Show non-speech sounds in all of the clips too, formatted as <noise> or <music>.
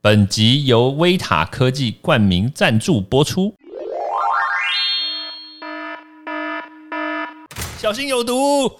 本集由威塔科技冠名赞助播出。小心有毒！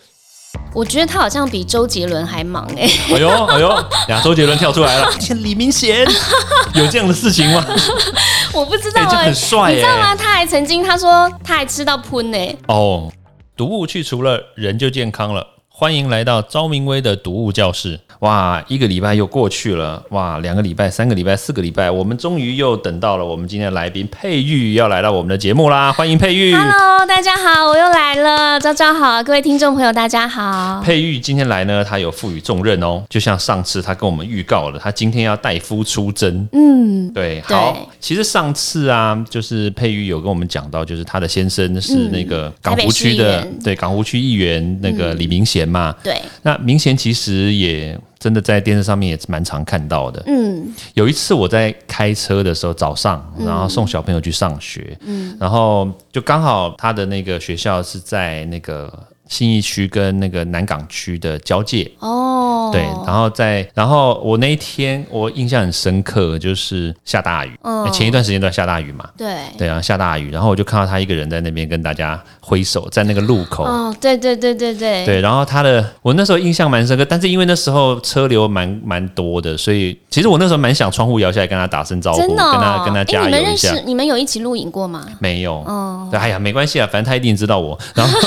我觉得他好像比周杰伦还忙哎、哎呦哎呦，呀，周杰伦跳出来了，李明贤， <laughs> 有这样的事情吗？ <laughs> 我 <laughs> 不知道哎这哎、很帅哎你知道吗？他还曾经他说他还吃到喷哎、哦，毒物去除了，人就健康了。欢迎来到昭明威的毒物教室。哇，一个礼拜又过去了，哇，两个礼拜、三个礼拜、四个礼拜，我们终于又等到了我们今天的来宾佩玉要来到我们的节目啦！欢迎佩玉。 Hello，大家好，我又来了，昭昭好，各位听众朋友大家好。佩玉今天来呢，她有赋予重任哦，就像上次她跟我们预告了，她今天要带夫出征。嗯，对，对好，其实上次啊，就是佩玉有跟我们讲到，就是她的先生是那个港湖区嗯的，台北市议员嗯对，港湖区议员那个李明贤嘛。对，那明贤其实也真的在电视上面也是蛮常看到的。嗯，有一次我在开车的时候，早上然后送小朋友去上学，嗯然后就刚好他的那个学校是在那个信义区跟那个南港区的交界，哦，对，然后在，然后我那一天我印象很深刻，就是下大雨，哎嗯前一段时间都在下大雨嘛，对，对啊，下大雨，然后我就看到他一个人在那边跟大家挥手，在那个路口。哦，对对对对对，对，然后他的我那时候印象蛮深刻，但是因为那时候车流蛮蛮多的，所以其实我那时候蛮想窗户摇下来跟他打声招呼，真的、哦，跟他跟他哎加你们油一认下。识，你们有一起录影过吗？没有，哦，对，哎呀，没关系啊，反正他一定知道我。然后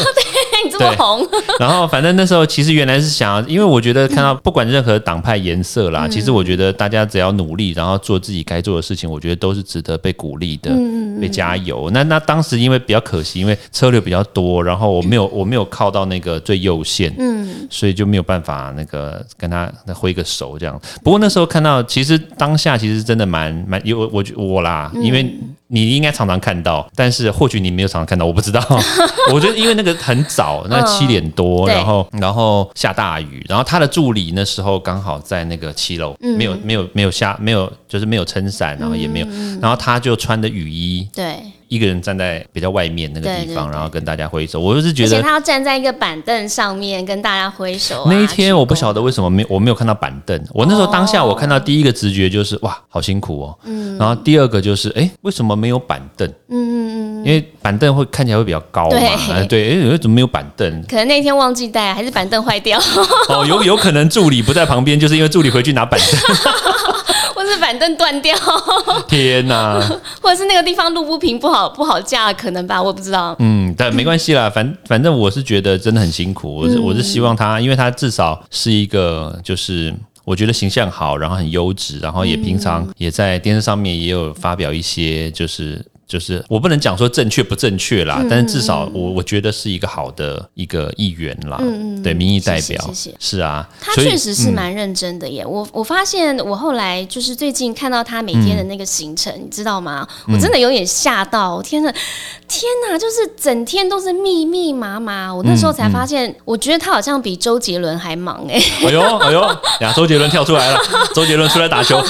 你这么对红，然后反正那时候其实原来是想要，因为我觉得看到不管任何党派颜色啦，其实我觉得大家只要努力，然后做自己该做的事情，我觉得都是值得被鼓励的，被加油。那那当时因为比较可惜，因为车流比较多，然后我没有我没有靠到那个最右线，嗯，所以就没有办法那个跟他挥个手这样。不过那时候看到，其实当下其实真的蛮蛮有我觉我啦，因为你应该常常看到，但是或许你没有常常看到，我不知道。 <laughs> 我觉得因为那个很早，那七点多，对然后然后下大雨，然后他的助理那时候刚好在那个七楼，嗯没有没有没有下没有就是没有撑伞，然后也没有，嗯然后他就穿的雨衣。对，一个人站在比较外面那个对地方，对对然后跟大家挥手，我就是觉而得且他要啊站在一个板凳上面跟大家挥手、啊。那一天我不鞠躬晓得为什么没我没有看到板凳，我那时候当下哦我看到第一个直觉就是哇，好辛苦哦。嗯然后第二个就是哎、诶为什么没有板凳？嗯嗯嗯，因为板凳会看起来会比较高嘛。对？哎对，哎、怎么没有板凳可能那天忘记带，啊还是板凳坏掉， <laughs> 哦，有有可能助理不在旁边，就是因为助理回去拿板 <laughs> 凳。或是板凳断掉，天哪、或者是那个地方路不平，不好不好架，可能吧，我不知道。嗯，但没关系啦，反反正我是觉得真的很辛苦，我是、我嗯是希望他，因为他至少是一个就是。我觉得形象好，然后很优质，然后也平常嗯也在电视上面也有发表一些，就是就是我不能讲说正确不正确嗯啦，但是至少我我觉得是一个好的一个议员啦，对民意代表嗯谢谢谢谢是啊，他所以确实是蛮认真的耶，我我发现我后来就是最近看到他每天的那个行程，嗯你知道吗？我真的有点吓到，天呐，天呐，就是整天都是密密麻麻。我那嗯时候才发现，我觉得他好像比周杰伦还忙哎，哎呦哎呦，呀，周杰伦跳出 <laughs> 来了，周杰伦出来打球，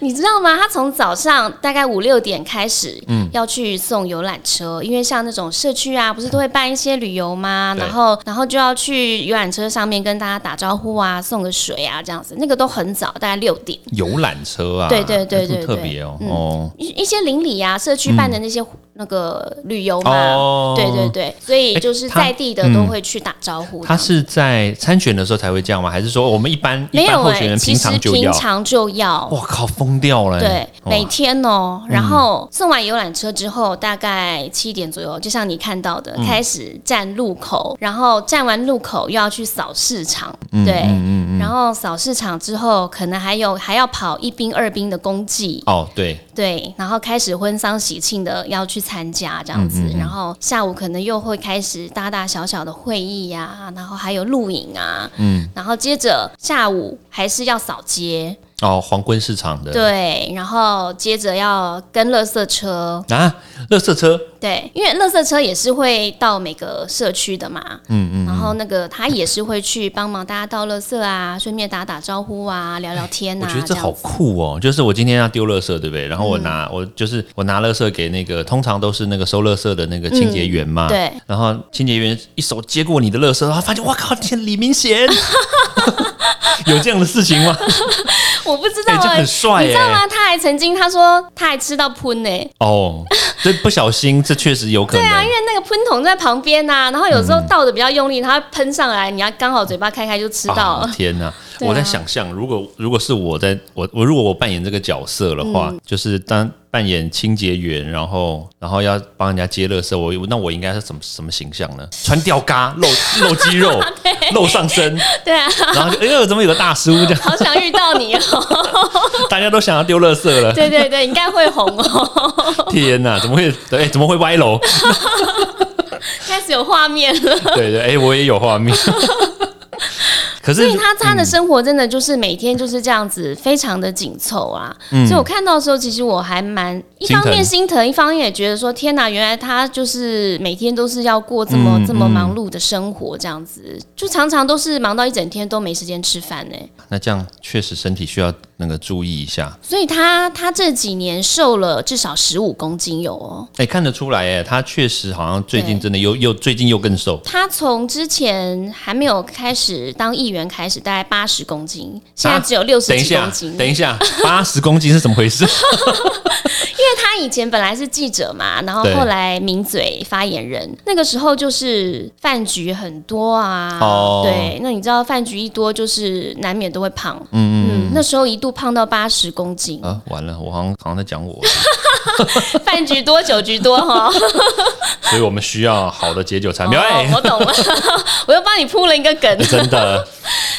你知道吗？他从早上大概五六点开始，嗯要去送游览车，因为像那种社区啊，不是都会办一些旅游吗？对然后，然后就要去游览车上面跟大家打招呼啊，送个水啊，这样子，那个都很早，大概六点。游览车啊，对对对哎这么对特对别哦、嗯哦。一一些邻里啊，社区办的那些、那个旅游嘛，哦哎对对对，所以就是他嗯在地的都会去打招呼。他是在参选的时候才会这样吗？还是说我们一般没一般有候哎、选人其平实常就要平？常就要我靠，疯掉了、哎对，哇每天哦、然后送完游览车之后，大概七点左右，就像你看到的，开始站路口，然后站完路口又要去扫市场，对，然后扫市场之后，可能还有还要跑一兵二兵的公祭，哦，对，对，然后开始婚丧喜庆的要去参加这样子，然后下午可能又会开始大大小小的会议呀、然后还有露营啊，嗯，然后接着下午还是要扫街，哦，黄昏市场的对，然后接着要跟垃圾车，啊，垃圾车对，因为垃圾车也是会到每个社区的嘛，嗯嗯，然后那个他也是会去帮忙大家倒垃圾啊，顺便打打招呼啊，聊聊天啊，我觉得这这样好子嗯酷哦！就是我今天要丢垃圾，对不对？然后我拿、我就是我拿垃圾给那个，通常都是那个收垃圾的那个清洁员嘛。对。然后清洁员一手接过你的垃 <laughs> <laughs> 圾，然后发现哇靠，天李明贤，有这样的事情吗？我不知道哎、这哎、很帅你知道哎、吗？他还曾经他说他还吃到喷呢、哦，这不小心，这确实有可能。对啊，因为那个喷筒在旁边呐、然后有时候倒的比较用力，它喷上来，你要刚好嘴巴开开就吃到啊了。天哪！对啊我在想象，如果如果是我在我我如果我扮演这个角色的嗯话，就是当扮演清洁员，然后然后要帮人家接垃圾，我那我应该是什么什么形象呢？穿吊嘎， <laughs> 露露肌肉，露上身， <laughs> 对啊，然后就哎呦，怎么有个大叔这 <laughs> 样？好想遇 <laughs> 到你哦！大家都想要丢垃圾了。对对对，你应该会红哦，天哪，怎么会？对，哎怎么会歪楼？开始有画面了。对对，哎，我也有画 <laughs> 面。可所是以他嗯他的生活真的就是每天就是这样子，非常的紧凑啊。所以我看到的时候，其实我还蛮嗯一心疼方面心疼，一方面也觉得说，天哪，原来他就是每天都是要过这么、嗯这么忙碌的生活，这样子，就常常都是忙到一整天都没时间吃饭呢、那这样确实身体需要那个注意一下。所以他他这几年瘦了至少十五公斤有哦。哎、看得出来，哎，他确实好像最近对真的又又最近又更瘦。他从之前还没有开始当议员开始，大概八十公斤，现在只有六十啊等一几下公斤。，等一下，八十公斤是怎么回事？ <laughs> 因为他以前本来是记者嘛，然后对后来名嘴发言人，那个时候就是饭局很多啊。哦对，那你知道饭局一多，就是难免都会胖。嗯嗯，那时候一度胖到八十公斤，啊，完了，我好像好像在讲我， <laughs> 饭局多酒局 <laughs> 多哈。所以我们需要好的解酒产品。哎、哦， <laughs> 我懂了，我又帮你铺了一个 <laughs> 梗。真的，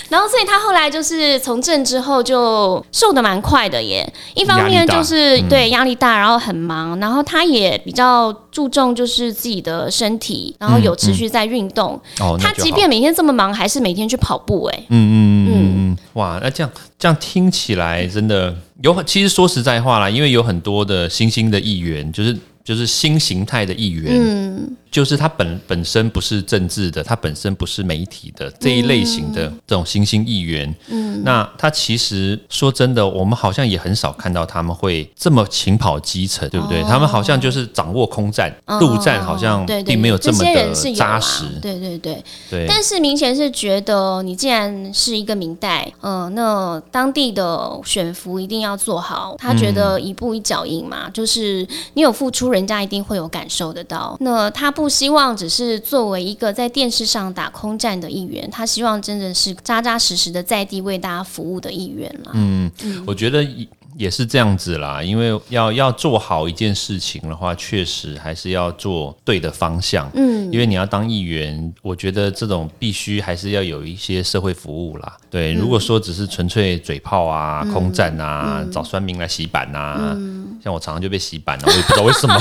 然后，所以他后来就是从政之后就瘦的蛮快的耶。一方压面力大嗯就是对压力大，然后很忙，然后他也比较注重就是自己的身体，然后有嗯持续在运动。哦，那他就即好便每天这么忙，还是每天去跑步哎。嗯嗯嗯嗯，哇，那这样这样听起嗯来真的有很，其实说实在话啦，因为有很多的新兴的议员，就是就是新形态的议员，嗯就是他本本身不是政治的，他本身不是媒体的这一类型的嗯这种新兴议员，嗯，那他其实说真的，我们好像也很少看到他们会这么勤跑基层，对不对？他们好像就是掌握空战、陆战，好像哦对对并没有这对么些人是的有扎啊实，对对对。对。但是明显是觉得，你既然是一个明代，嗯、那当地的选服一定要做好。他觉嗯得一步一脚印嘛，就是你有付出，人家一定会有感受得到。那他不希望只是作为一个在电视上打空战的议员，他希望真的是扎扎实实的在地为大家服务的议员啦。嗯我觉得也也是这样子啦，因为要要做好一件事情的话，确实还是要做对的方向。嗯，因为你要当议员，我觉得这种必须还是要有一些社会服务啦。对，嗯如果说只是纯粹嘴炮啊、空战啊、嗯找酸民来洗版啊，像我常常就被洗版了、我也不知道为什 <laughs> 么。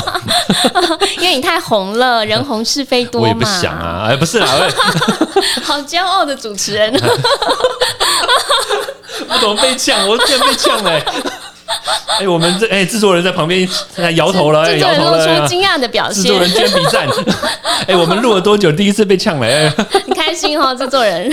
<laughs> 因为你太红了，人红是非多我嘛。也不想啊，哎，不是啦，我好骄傲的主持人哦。我怎么被呛？我竟然被呛了哎、哎，我们这哎，制作人在旁边在摇头了，哎，制作摇人头露了，哎出惊讶的表制作人现，居然比赞，哎、我们录了多久？第一次被呛了，哎 <laughs> 很开心哦，制 <laughs> 作人。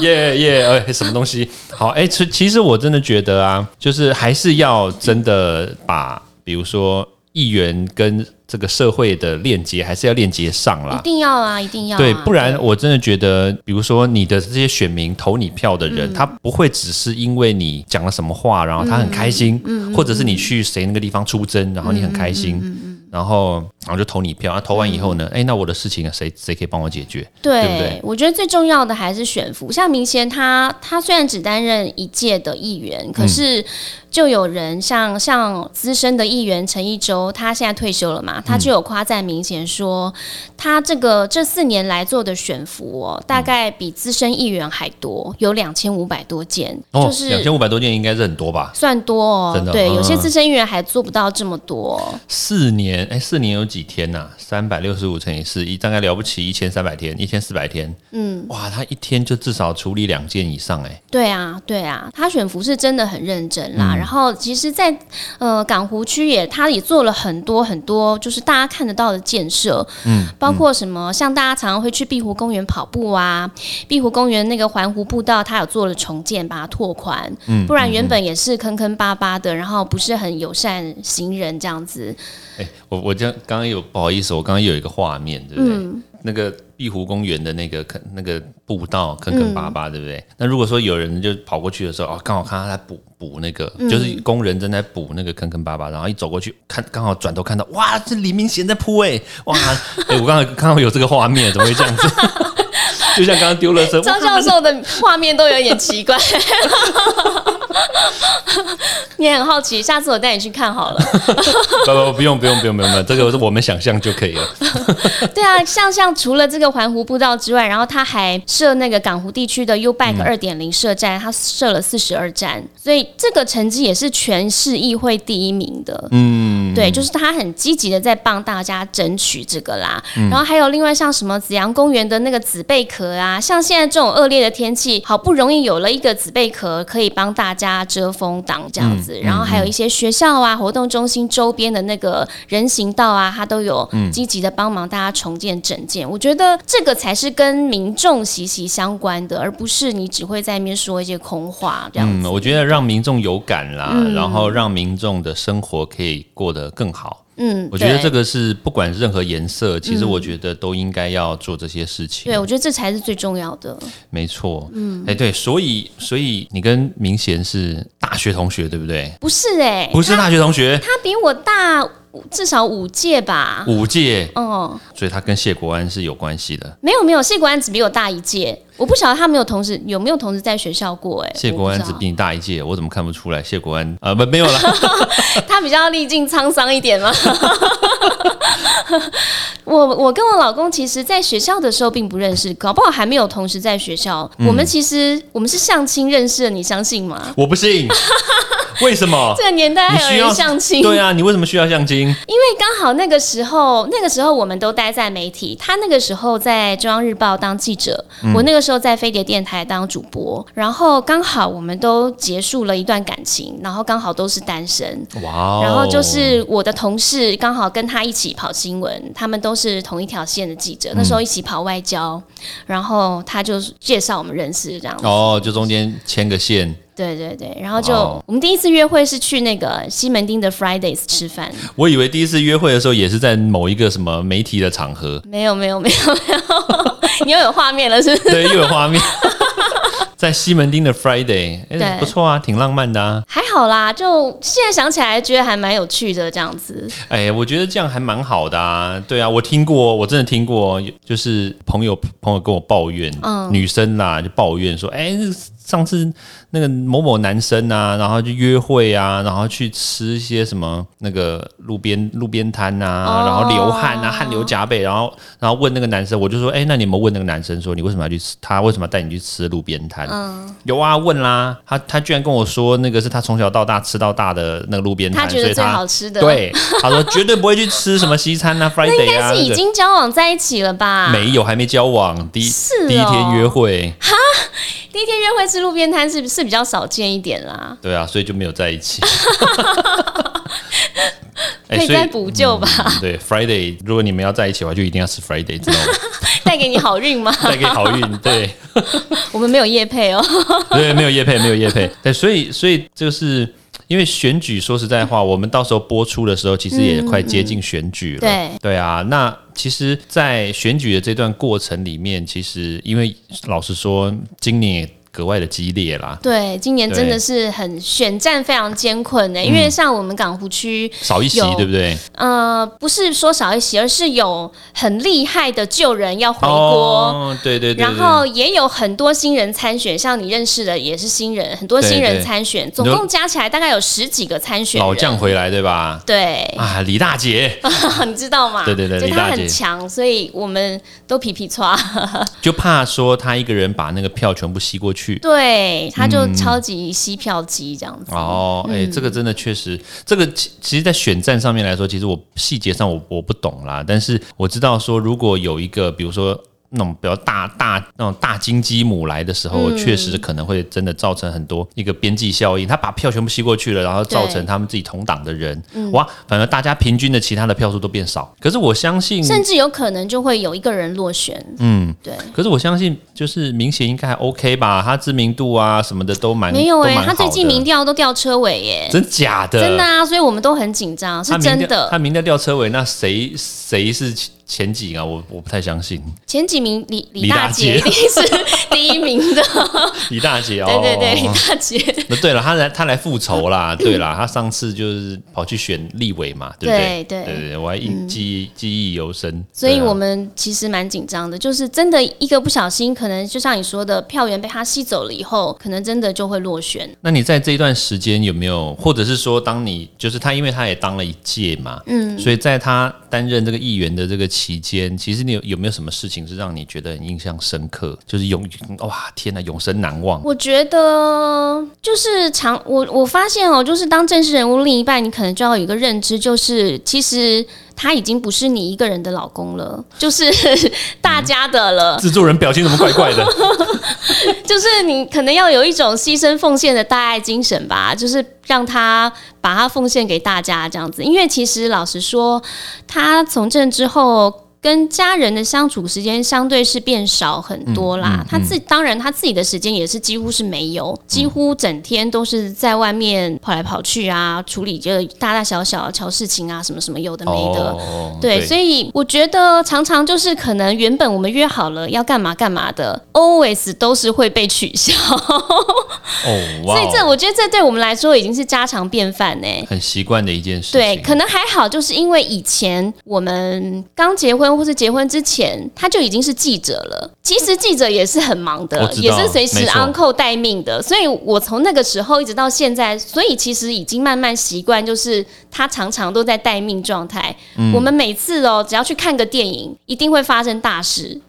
耶耶，哎，什么东西？好，哎、其其实我真的觉得啊，就是还是要真的把，比如说议员跟这个社会的链接，还是要链接上一啦。定要啊，一定要、啊。对，不然我真的觉得，比如说你的这些选民投你票的嗯人，他不会只是因为你讲了什么话，然后他很开心，嗯或者是你去谁那个地方出征，然后你很开心，嗯然后然后就投你票，啊，投完以后呢，哎、那我的事情啊，谁谁可以帮我解决？对对不对我觉得最重要的还是选服。像明贤他，他虽然只担任一届的议员，可是嗯就有人像像资深的议员陈一舟，他现在退休了嗯嘛，他就有夸赞明贤说，他这个这四年来做的选嗯服哦，大概比资深议员还多，有两千五百多件，哦就，两是千五百多件应该是很多吧？算多哦真。的对，有些嗯资深议员还做不到这么多。哦四年，哎，四年有几天呐、三百六十五乘以四，一大概了不起一千三百天，一千四百天。嗯，哇，他一天就至少处理两件以上，哎，对啊，对啊，他选服是真的很认真啦。然后其实在，呃港湖区也，他也做了很多很多，就是大家看得到的建设，嗯，包括什么，像大家常常会去碧湖公园跑步啊，碧湖公园那个环湖步道，他有做了重建，把它拓宽，嗯，不然原本也是坑坑巴巴的，然后不是很友善行人这样子，哎，我我这样刚刚有不好意思，我刚刚有一个画面，对不对？那个碧湖公园的那个坑那个步道坑坑巴巴，对不对？那如果说有人就跑过去的时候，哦，刚好看他在补补那个，就是工人正在补那个坑坑巴巴，然后一走过去看，刚好转头看到，哇，这李明贤在扑哎、哇，哎、我刚刚刚好有这个画面，怎么会这样子？ <laughs> 就像刚刚丢了声，张教授的画面都有点奇怪。 <laughs> 你也很好奇，下次我带你去看好了。不不不用不用不用不用不用，这个是我们想象就可以了。 <laughs> 对啊，像像除了这个环湖步道之外，然后他还设那个港湖地区的 U Bike 二点零设站，他设了四十二站，所以这个成绩也是全市议会第一名的。嗯，对，就是他很积极的在帮大家争取这个啦。嗯然后还有另外像什么紫阳公园的那个紫贝壳啊，像现在这种恶劣的天气，好不容易有了一个紫贝壳可以帮大家遮风挡这样子。嗯然后还有一些学校啊、活动中心周边的那个人行道啊，它都有嗯积极的帮忙大家重建整建。我觉得这个才是跟民众息息相关的，而不是你只会在那边说一些空话这样嗯，子。嗯我觉得让民众有感啦，然后让民众的生活可以过得更好。嗯，我觉得对嗯这个是不管任何颜色，其实我觉得都应该要做这些事情。对，我觉得这才是最重要的。没错。嗯，哎，对，所以所以你跟明贤是大学同学，对不对？不是哎、不是大学同学，他比我大五至少五届吧。五届，哦、所以他跟谢国安是有关系的。没有没有，谢国安只比我大一届，我不晓得他没有同时有没有同时在学校过哎、谢国我安不知只道比你大一届，我怎么看不出来？谢国安啊，不、没有啦。 <laughs> 他比较历尽沧桑一点吗？ <laughs> 我我跟我老公其实，在学校的时候并不认识，搞不好还没有同时在学校。我嗯们其实我们是相亲认识的，你相信吗？我不 <laughs> 信，为什么？这个年代你还需有要人相亲？对啊，你为什么需要相亲？因为刚好那个时候，那个时候我们都待在媒体，他那个时候在中央日报当记者，嗯我那个时候在飞碟电台当主播，然后刚好我们都结束了一段感情，然后刚好都是单身，哇哦！然后就是我的同事刚好跟他一起跑新闻，他们都是同一条线的记者，嗯那时候一起跑外交，然后他就介绍我们认识这样子。哦，就中间牵个线，对对对，然后就、哇哦我们第一次约会是去那个西门町的 Fridays 吃饭，我以为第一次约会的时候也是在某一个什么媒体的场 <laughs> 合，没有没有没有没有，你又有画面了是不是？对，又有画面，在西门町的 Friday，哎、对不错啊，挺浪漫的啊。还好啦，就现在想起来觉得还蛮有趣的这样子。哎、我觉得这样还蛮好的啊。对啊，我听过，我真的听过，就是朋友朋友跟我抱怨，嗯女生啦就抱怨说，哎、那上次那个某某男生啊，然后去约会啊，然后去吃一些什么那个路边路边摊啊，哦然后流汗啊，汗流浃背，然后然后问那个男生，我就说，哎、那你有没有问那个男生说你为什么要去吃？他为什么要带你去吃路边摊？嗯有啊，问啦，他他居然跟我说那个是他从小到大吃到大的那个路边他摊，所觉以得最好吃的，，对，他说绝对不会去吃什么西餐 <laughs> 啊、Friday 啊，但是那已个经交往在一起了吧？没有，还没交往，第一是哦第一天约会，第一天约会吃路边摊是是比较少见一点啦。对啊，所以就没有在一 <laughs> 起。哎可以所再以补救吧，嗯对 Friday，如果你们要在一起的话，就一定要吃 Friday，知道 <laughs> 吗？ <laughs> 带给你好 <laughs> 运吗？带给好运，对我们没有业配 <laughs> 哦。 <laughs> 对，没有叶配，没有叶配，对，所以所以就是因为选举，说实在话，我们到时候播出的时候，其实也快接近选举了，对对啊，那其实，在选举的这段过程里面，其实因为老实说，今年也格外的激烈啦，对，今年对真的是很选战非常艰困的、因为像我们港湖区，少一席有，对不对？呃，不是说少一席，而是有很厉害的救人要回国。哦，对对对对，然后也有很多新人参选，像你认识的也是新人，很多新对人对参选，总你就共加起来大概有十几个参选人。哎老将回来对吧？对， <laughs> 啊，李大姐你知道吗？对对对就李大他姐很强，所以我们都皮皮抓。就怕说她一个人把那个票全部吸过去。 <laughs> 对，他就超级吸票机这样子。哦，哎、这个真的确实，这个其其实，在选战上面来说，其实我细节上我我不懂啦，但是我知道说，如果有一个，比如说。那种比较大大那种大金鸡母来的时候，嗯确、实可能会真的造成很多一个边际效应。他把票全部吸过去了，然后造成对他们自己同党的人，嗯哇，反而大家平均的其他的票数都变少。可是我相信，甚至有可能就会有一个人落选。嗯，对，可是我相信，就是明显应该还 OK 吧？他知名度啊什么的都蛮没有哎、哎、都蛮他最好近的民调都掉车尾耶、真假的真的啊，所以我们都很紧张，是他民真调的。他民调掉车尾，那谁谁是前几啊，我我不太相信 <laughs> 前几名李李李大大姐姐一定是 <laughs> 第一名的，李大姐 <laughs> 哦。对 <laughs> 对对，李大姐， <laughs> 那对了，他来他来复仇啦，对啦，他上次就是跑去选立委嘛，对不对？对对嗯对对，我还印记忆记忆犹深。所以对啊我们其实蛮紧张的，就是真的一个不小心，可能就像你说的，票源被他吸走了以后，可能真的就会落选。那你在这一段时间有没有，或者是说，当你就是他，因为他也当了一届嘛，嗯，所以在他担任这个议员的这个期间，其实你有有没有什么事情是让你觉得很印象深刻，就是永哇天哪，永生难忘？我觉得就是常我我发现哦，就是当正式人物另一半，你可能就要有一个认知，就是其实他已经不是你一个人的老公了，就是 <laughs> 大家的了，制作人表情怎么怪 <laughs> 怪的？就是你可能要有一种牺牲奉献的大爱精神吧，就是让他把他奉献给大家这样子。因为其实老实说，他从政之后。跟家人的相处时间相对是变少很多啦，他自当然他自己的时间也是几乎是没有，几乎整天都是在外面跑来跑去啊，处理这大大小小的小事情啊，什么什么有的没的。哦对，所以我觉得常常就是可能原本我们约好了要干嘛干嘛的，always 都是会被取消， <laughs> 哦，哇所以这哦，我觉得这对我们来说已经是家常便饭欸呢、很习惯的一件事情。对，可能还好，就是因为以前我们刚结婚或是结婚之前，他就已经是记者了。其实记者也是很忙我的，知也道是随时没错 uncle 待命的。所以我从那个时候一直到现在，所以其实已经慢慢习惯，就是他常常都在待命状态。嗯我们每次哦，只要去看个电影，一定会发生大事。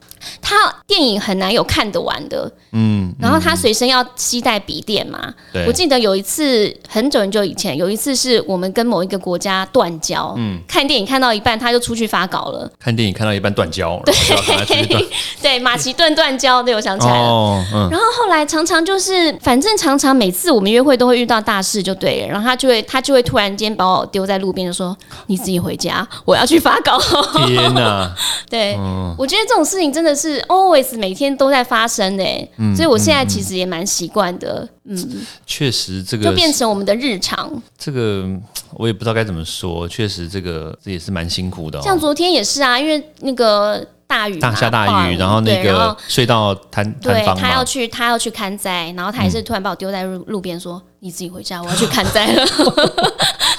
他电影很难有看得完的，嗯，然后他随身要携带笔电嘛，对我记得有一次很久很久以前，有一次是我们跟某一个国家断交，嗯看电影看到一半他就出去发稿 <laughs> 了，看电影看到一半断交，然后就要赶快出去断对，马其顿断交，对我想起 <laughs> 来了。哦，嗯，然后后来常常就是，反正常常每次我们约会都会遇到大事就对了，然后他就会他就会突然间把我丢在路边，就说你自己回家，我要去发稿。 <laughs> 天哪，对，哦我觉得这种事情真的是 always 每天都在发生的、欸嗯所以我现在其实也蛮习惯的，确实这就个变成我们的日常。这个嗯我也不知道该怎么说，确实这个这也是蛮辛苦的、哦。像昨天也是啊，因为那个大雨嘛，大下大暴雨，雨啊然后那对然个后隧道摊摊对方他要嘛，嗯去他要去看灾，然后他也是突然把我丢在路路边说：“你自己回家，我要去看灾 <laughs> 了。” <laughs>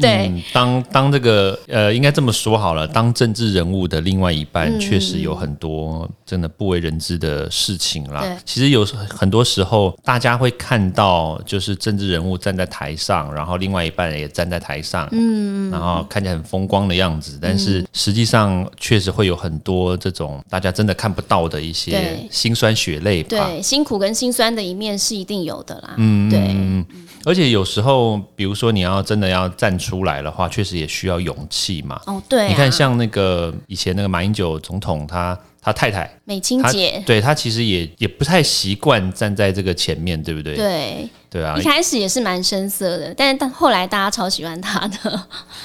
对，嗯，当当这个呃，应该这么说好了，当政治人物的另外一嗯半，确实有很多真的不为人知的事情啦对。其实有时候很多时候，大家会看到，就是政治人物站在台上，然后另外一半也站在台上，嗯，然后看起来很风光的样子，但嗯是实际上确实会有很多这种大家真的看不到的一些对辛酸血泪吧。对，辛苦跟辛酸的一面是一定有的啦。嗯，对，而且有时候，比如说你要真的要站出来的话，确实也需要勇气嘛。哦，对、啊，你看，像那个以前那个马英九总统他，他太太，美青他姐，对他其实也也不太习惯站在这个前面，对不对？对，对啊一，开始也是蛮生涩的，但是但后来大家超喜欢她的。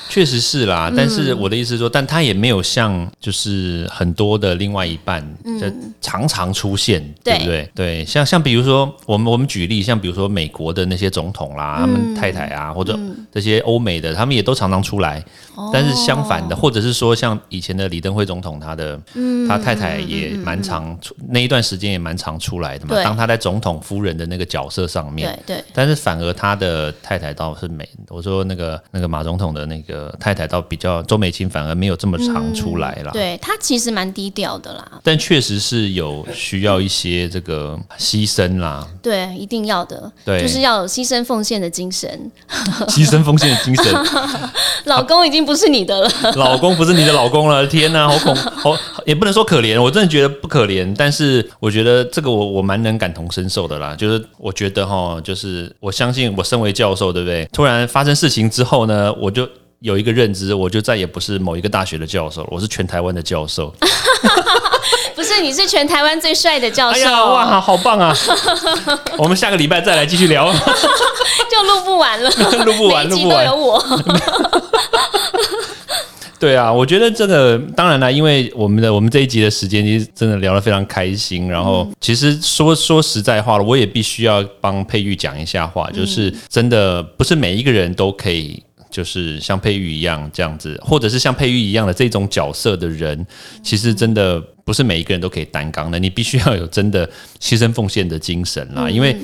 确实是嗯啦。但是我的意思是说，但他也没有像就是很多的另外一半，这常常出现，对嗯对不对？对，像像比如说我们我们举例，像比如说美国的那些总统啦，嗯他们太太啊，或者这些欧美的，他们也都常常出来。哦但是相反的，或者是说像以前的李登辉总统，他的、嗯他太太也蛮常出、那一段时间也蛮常出来的嘛。对当他在总统夫人的那个角色上 <laughs> 面，对对，但是反而他的太太倒是没，我说那个那个马总统的那个太太倒比较周美青反而没有这么常出来啦。嗯对她其实蛮低调的啦，但确实是有需要一些这个牺牲啦，对，一定要的，对就是要有牺牲奉献的精神。牺牲奉献的精神。老公已经不是你的了，老公不是你的老公了，天哪，好恐，好也不能说可怜，我真的觉得不可怜，但是我觉得这个我我蛮能感同身受的啦，就是我觉得哈，就是我相信我身为教授，对不对？突然发生事情之后呢，我就。有一个认知，我就再也不是某一个大学的教授了，我是全台湾的教授。 <laughs> 不是你是全台湾最帅的教哎授，呀，哇，好棒啊！我们下个礼拜再来继续聊， <laughs> 就录不完了，录不完，每录不一集都完哦有。我， <laughs> 对啊，我觉得这个当然啦，因为我们的我们这一集的时间，其实真的聊得非常开心。然后，其实说说实在话了，我也必须要帮佩玉讲一下话，就是真的不是每一个人都可以。就是像佩玉一样这样子，或者是像佩玉一样的这种角色的人，其实真的不是每一个人都可以担纲的，你必须要有真的牺牲奉献的精神啦，因为。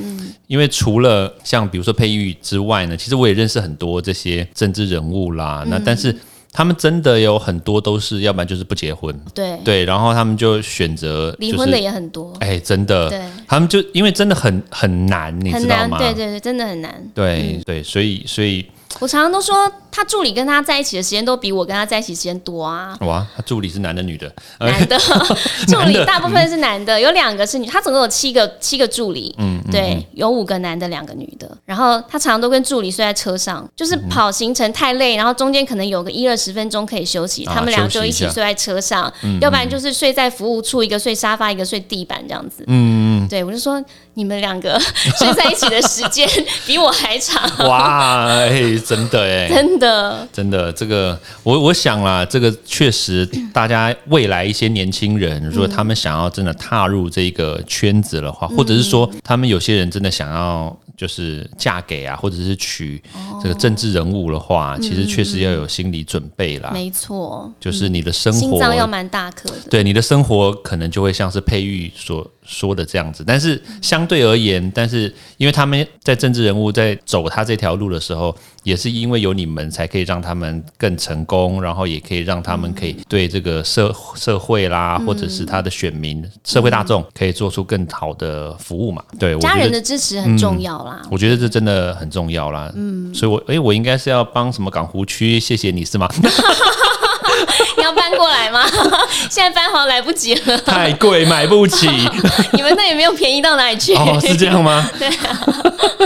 因为除了像比如说佩玉之外呢，其实我也认识很多这些政治人物啦。那但是他们真的有很多都是，要不然就是不结婚，对，对，然后他们就选择、就是、 <laughs> 离婚的也很多，哎、真的，对，他们就因为真的很很难，你很知道难，吗？对嗯对对，真的很难。对对所以所以我常常都说，他助理跟他在一起的时间都比我跟他在一起时间多啊。哇，他助理是男的女的，呃 <laughs> 男的助 <laughs> 男理的嗯大部分是男的，有两个是女，他总共有七个七个助理，嗯，对，有五个男的，两个女的。然后他常常都跟助理睡在车上，就是嗯跑行程太累，然后中间可能有个一二十分钟可以休息，啊他们俩休就息一一起下嗯睡在车上，要不然就是睡在服务处，一个睡沙发，一个睡地板这样子。嗯嗯，对我就说你们两个 <laughs> 睡在一起的时间 <laughs> 比我还长，呃哇，哎，真的哎， <laughs> 真的。真的，这个我我想啦，这个确实，大家未来一些年轻人，如果他们想要真的踏入这个圈子的嗯话，或者是说他们有些人真的想要就是嫁给啊，或者是娶这个政治人物的哦话，其实确实要有心理准备啦，没错，就是你的啊生嗯心活脏要蛮大颗的。对你的生活可能就会像是佩玉所说的这样子，但是相对而言，但是因为他们在政治人物在走他这条路的时候，也是因为有你们才可以让他们更成功，然后也可以让他们可以嗯对这个社社会啦，或者是他的选民、社会大众可以做出更好的服务嘛。对，我家觉人得。的支持很重要啦，我觉得这真的很重要啦，嗯，所以我，诶，我应该是要帮什么港湖区，谢谢你是吗？ <laughs> 你要搬过来吗？ <laughs> 现在搬好像来不及 <laughs> 了，太贵，买不起。你们那也没有便宜到哪里 <laughs> 去。哦，是这样吗？对、啊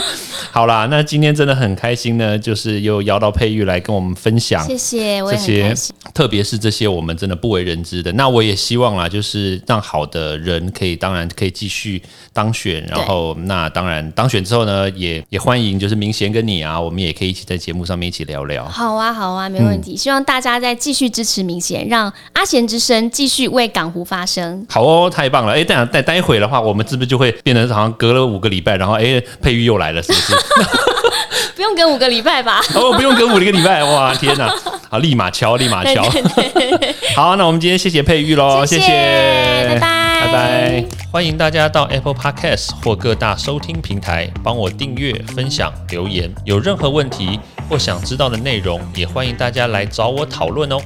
<laughs> 好啦，那今天真的很开心呢，就是又邀到佩玉来跟我们分享谢谢，我这也很些开心。，特别是这些我们真的不为人知的。那我也希望啦，就是让好的人可以，当然可以继续当选，然后那当然当选之后呢，也也欢迎就是明贤跟你啊，我们也可以一起在节目上面一起聊聊。好啊，好啊，没嗯问题。希望大家再继续支持明贤，让阿贤之声继续为港湖发声。好哦，太棒了！哎，等待待会的话，我们是不是就会变成好像隔了五个礼拜，然后哎，佩玉又来了，是不是？不用跟五个礼拜吧？ <laughs> 哦，不用隔五个礼拜，哇，天哪！好，立马敲，立马敲。 <laughs> 好，那我们今天谢谢佩玉喽，谢谢谢拜拜拜拜。欢迎大家到 Apple Podcast 或各大收听平台帮我订阅、分享、留言。有任何问题或想知道的内容，也欢迎大家来找我讨论哦。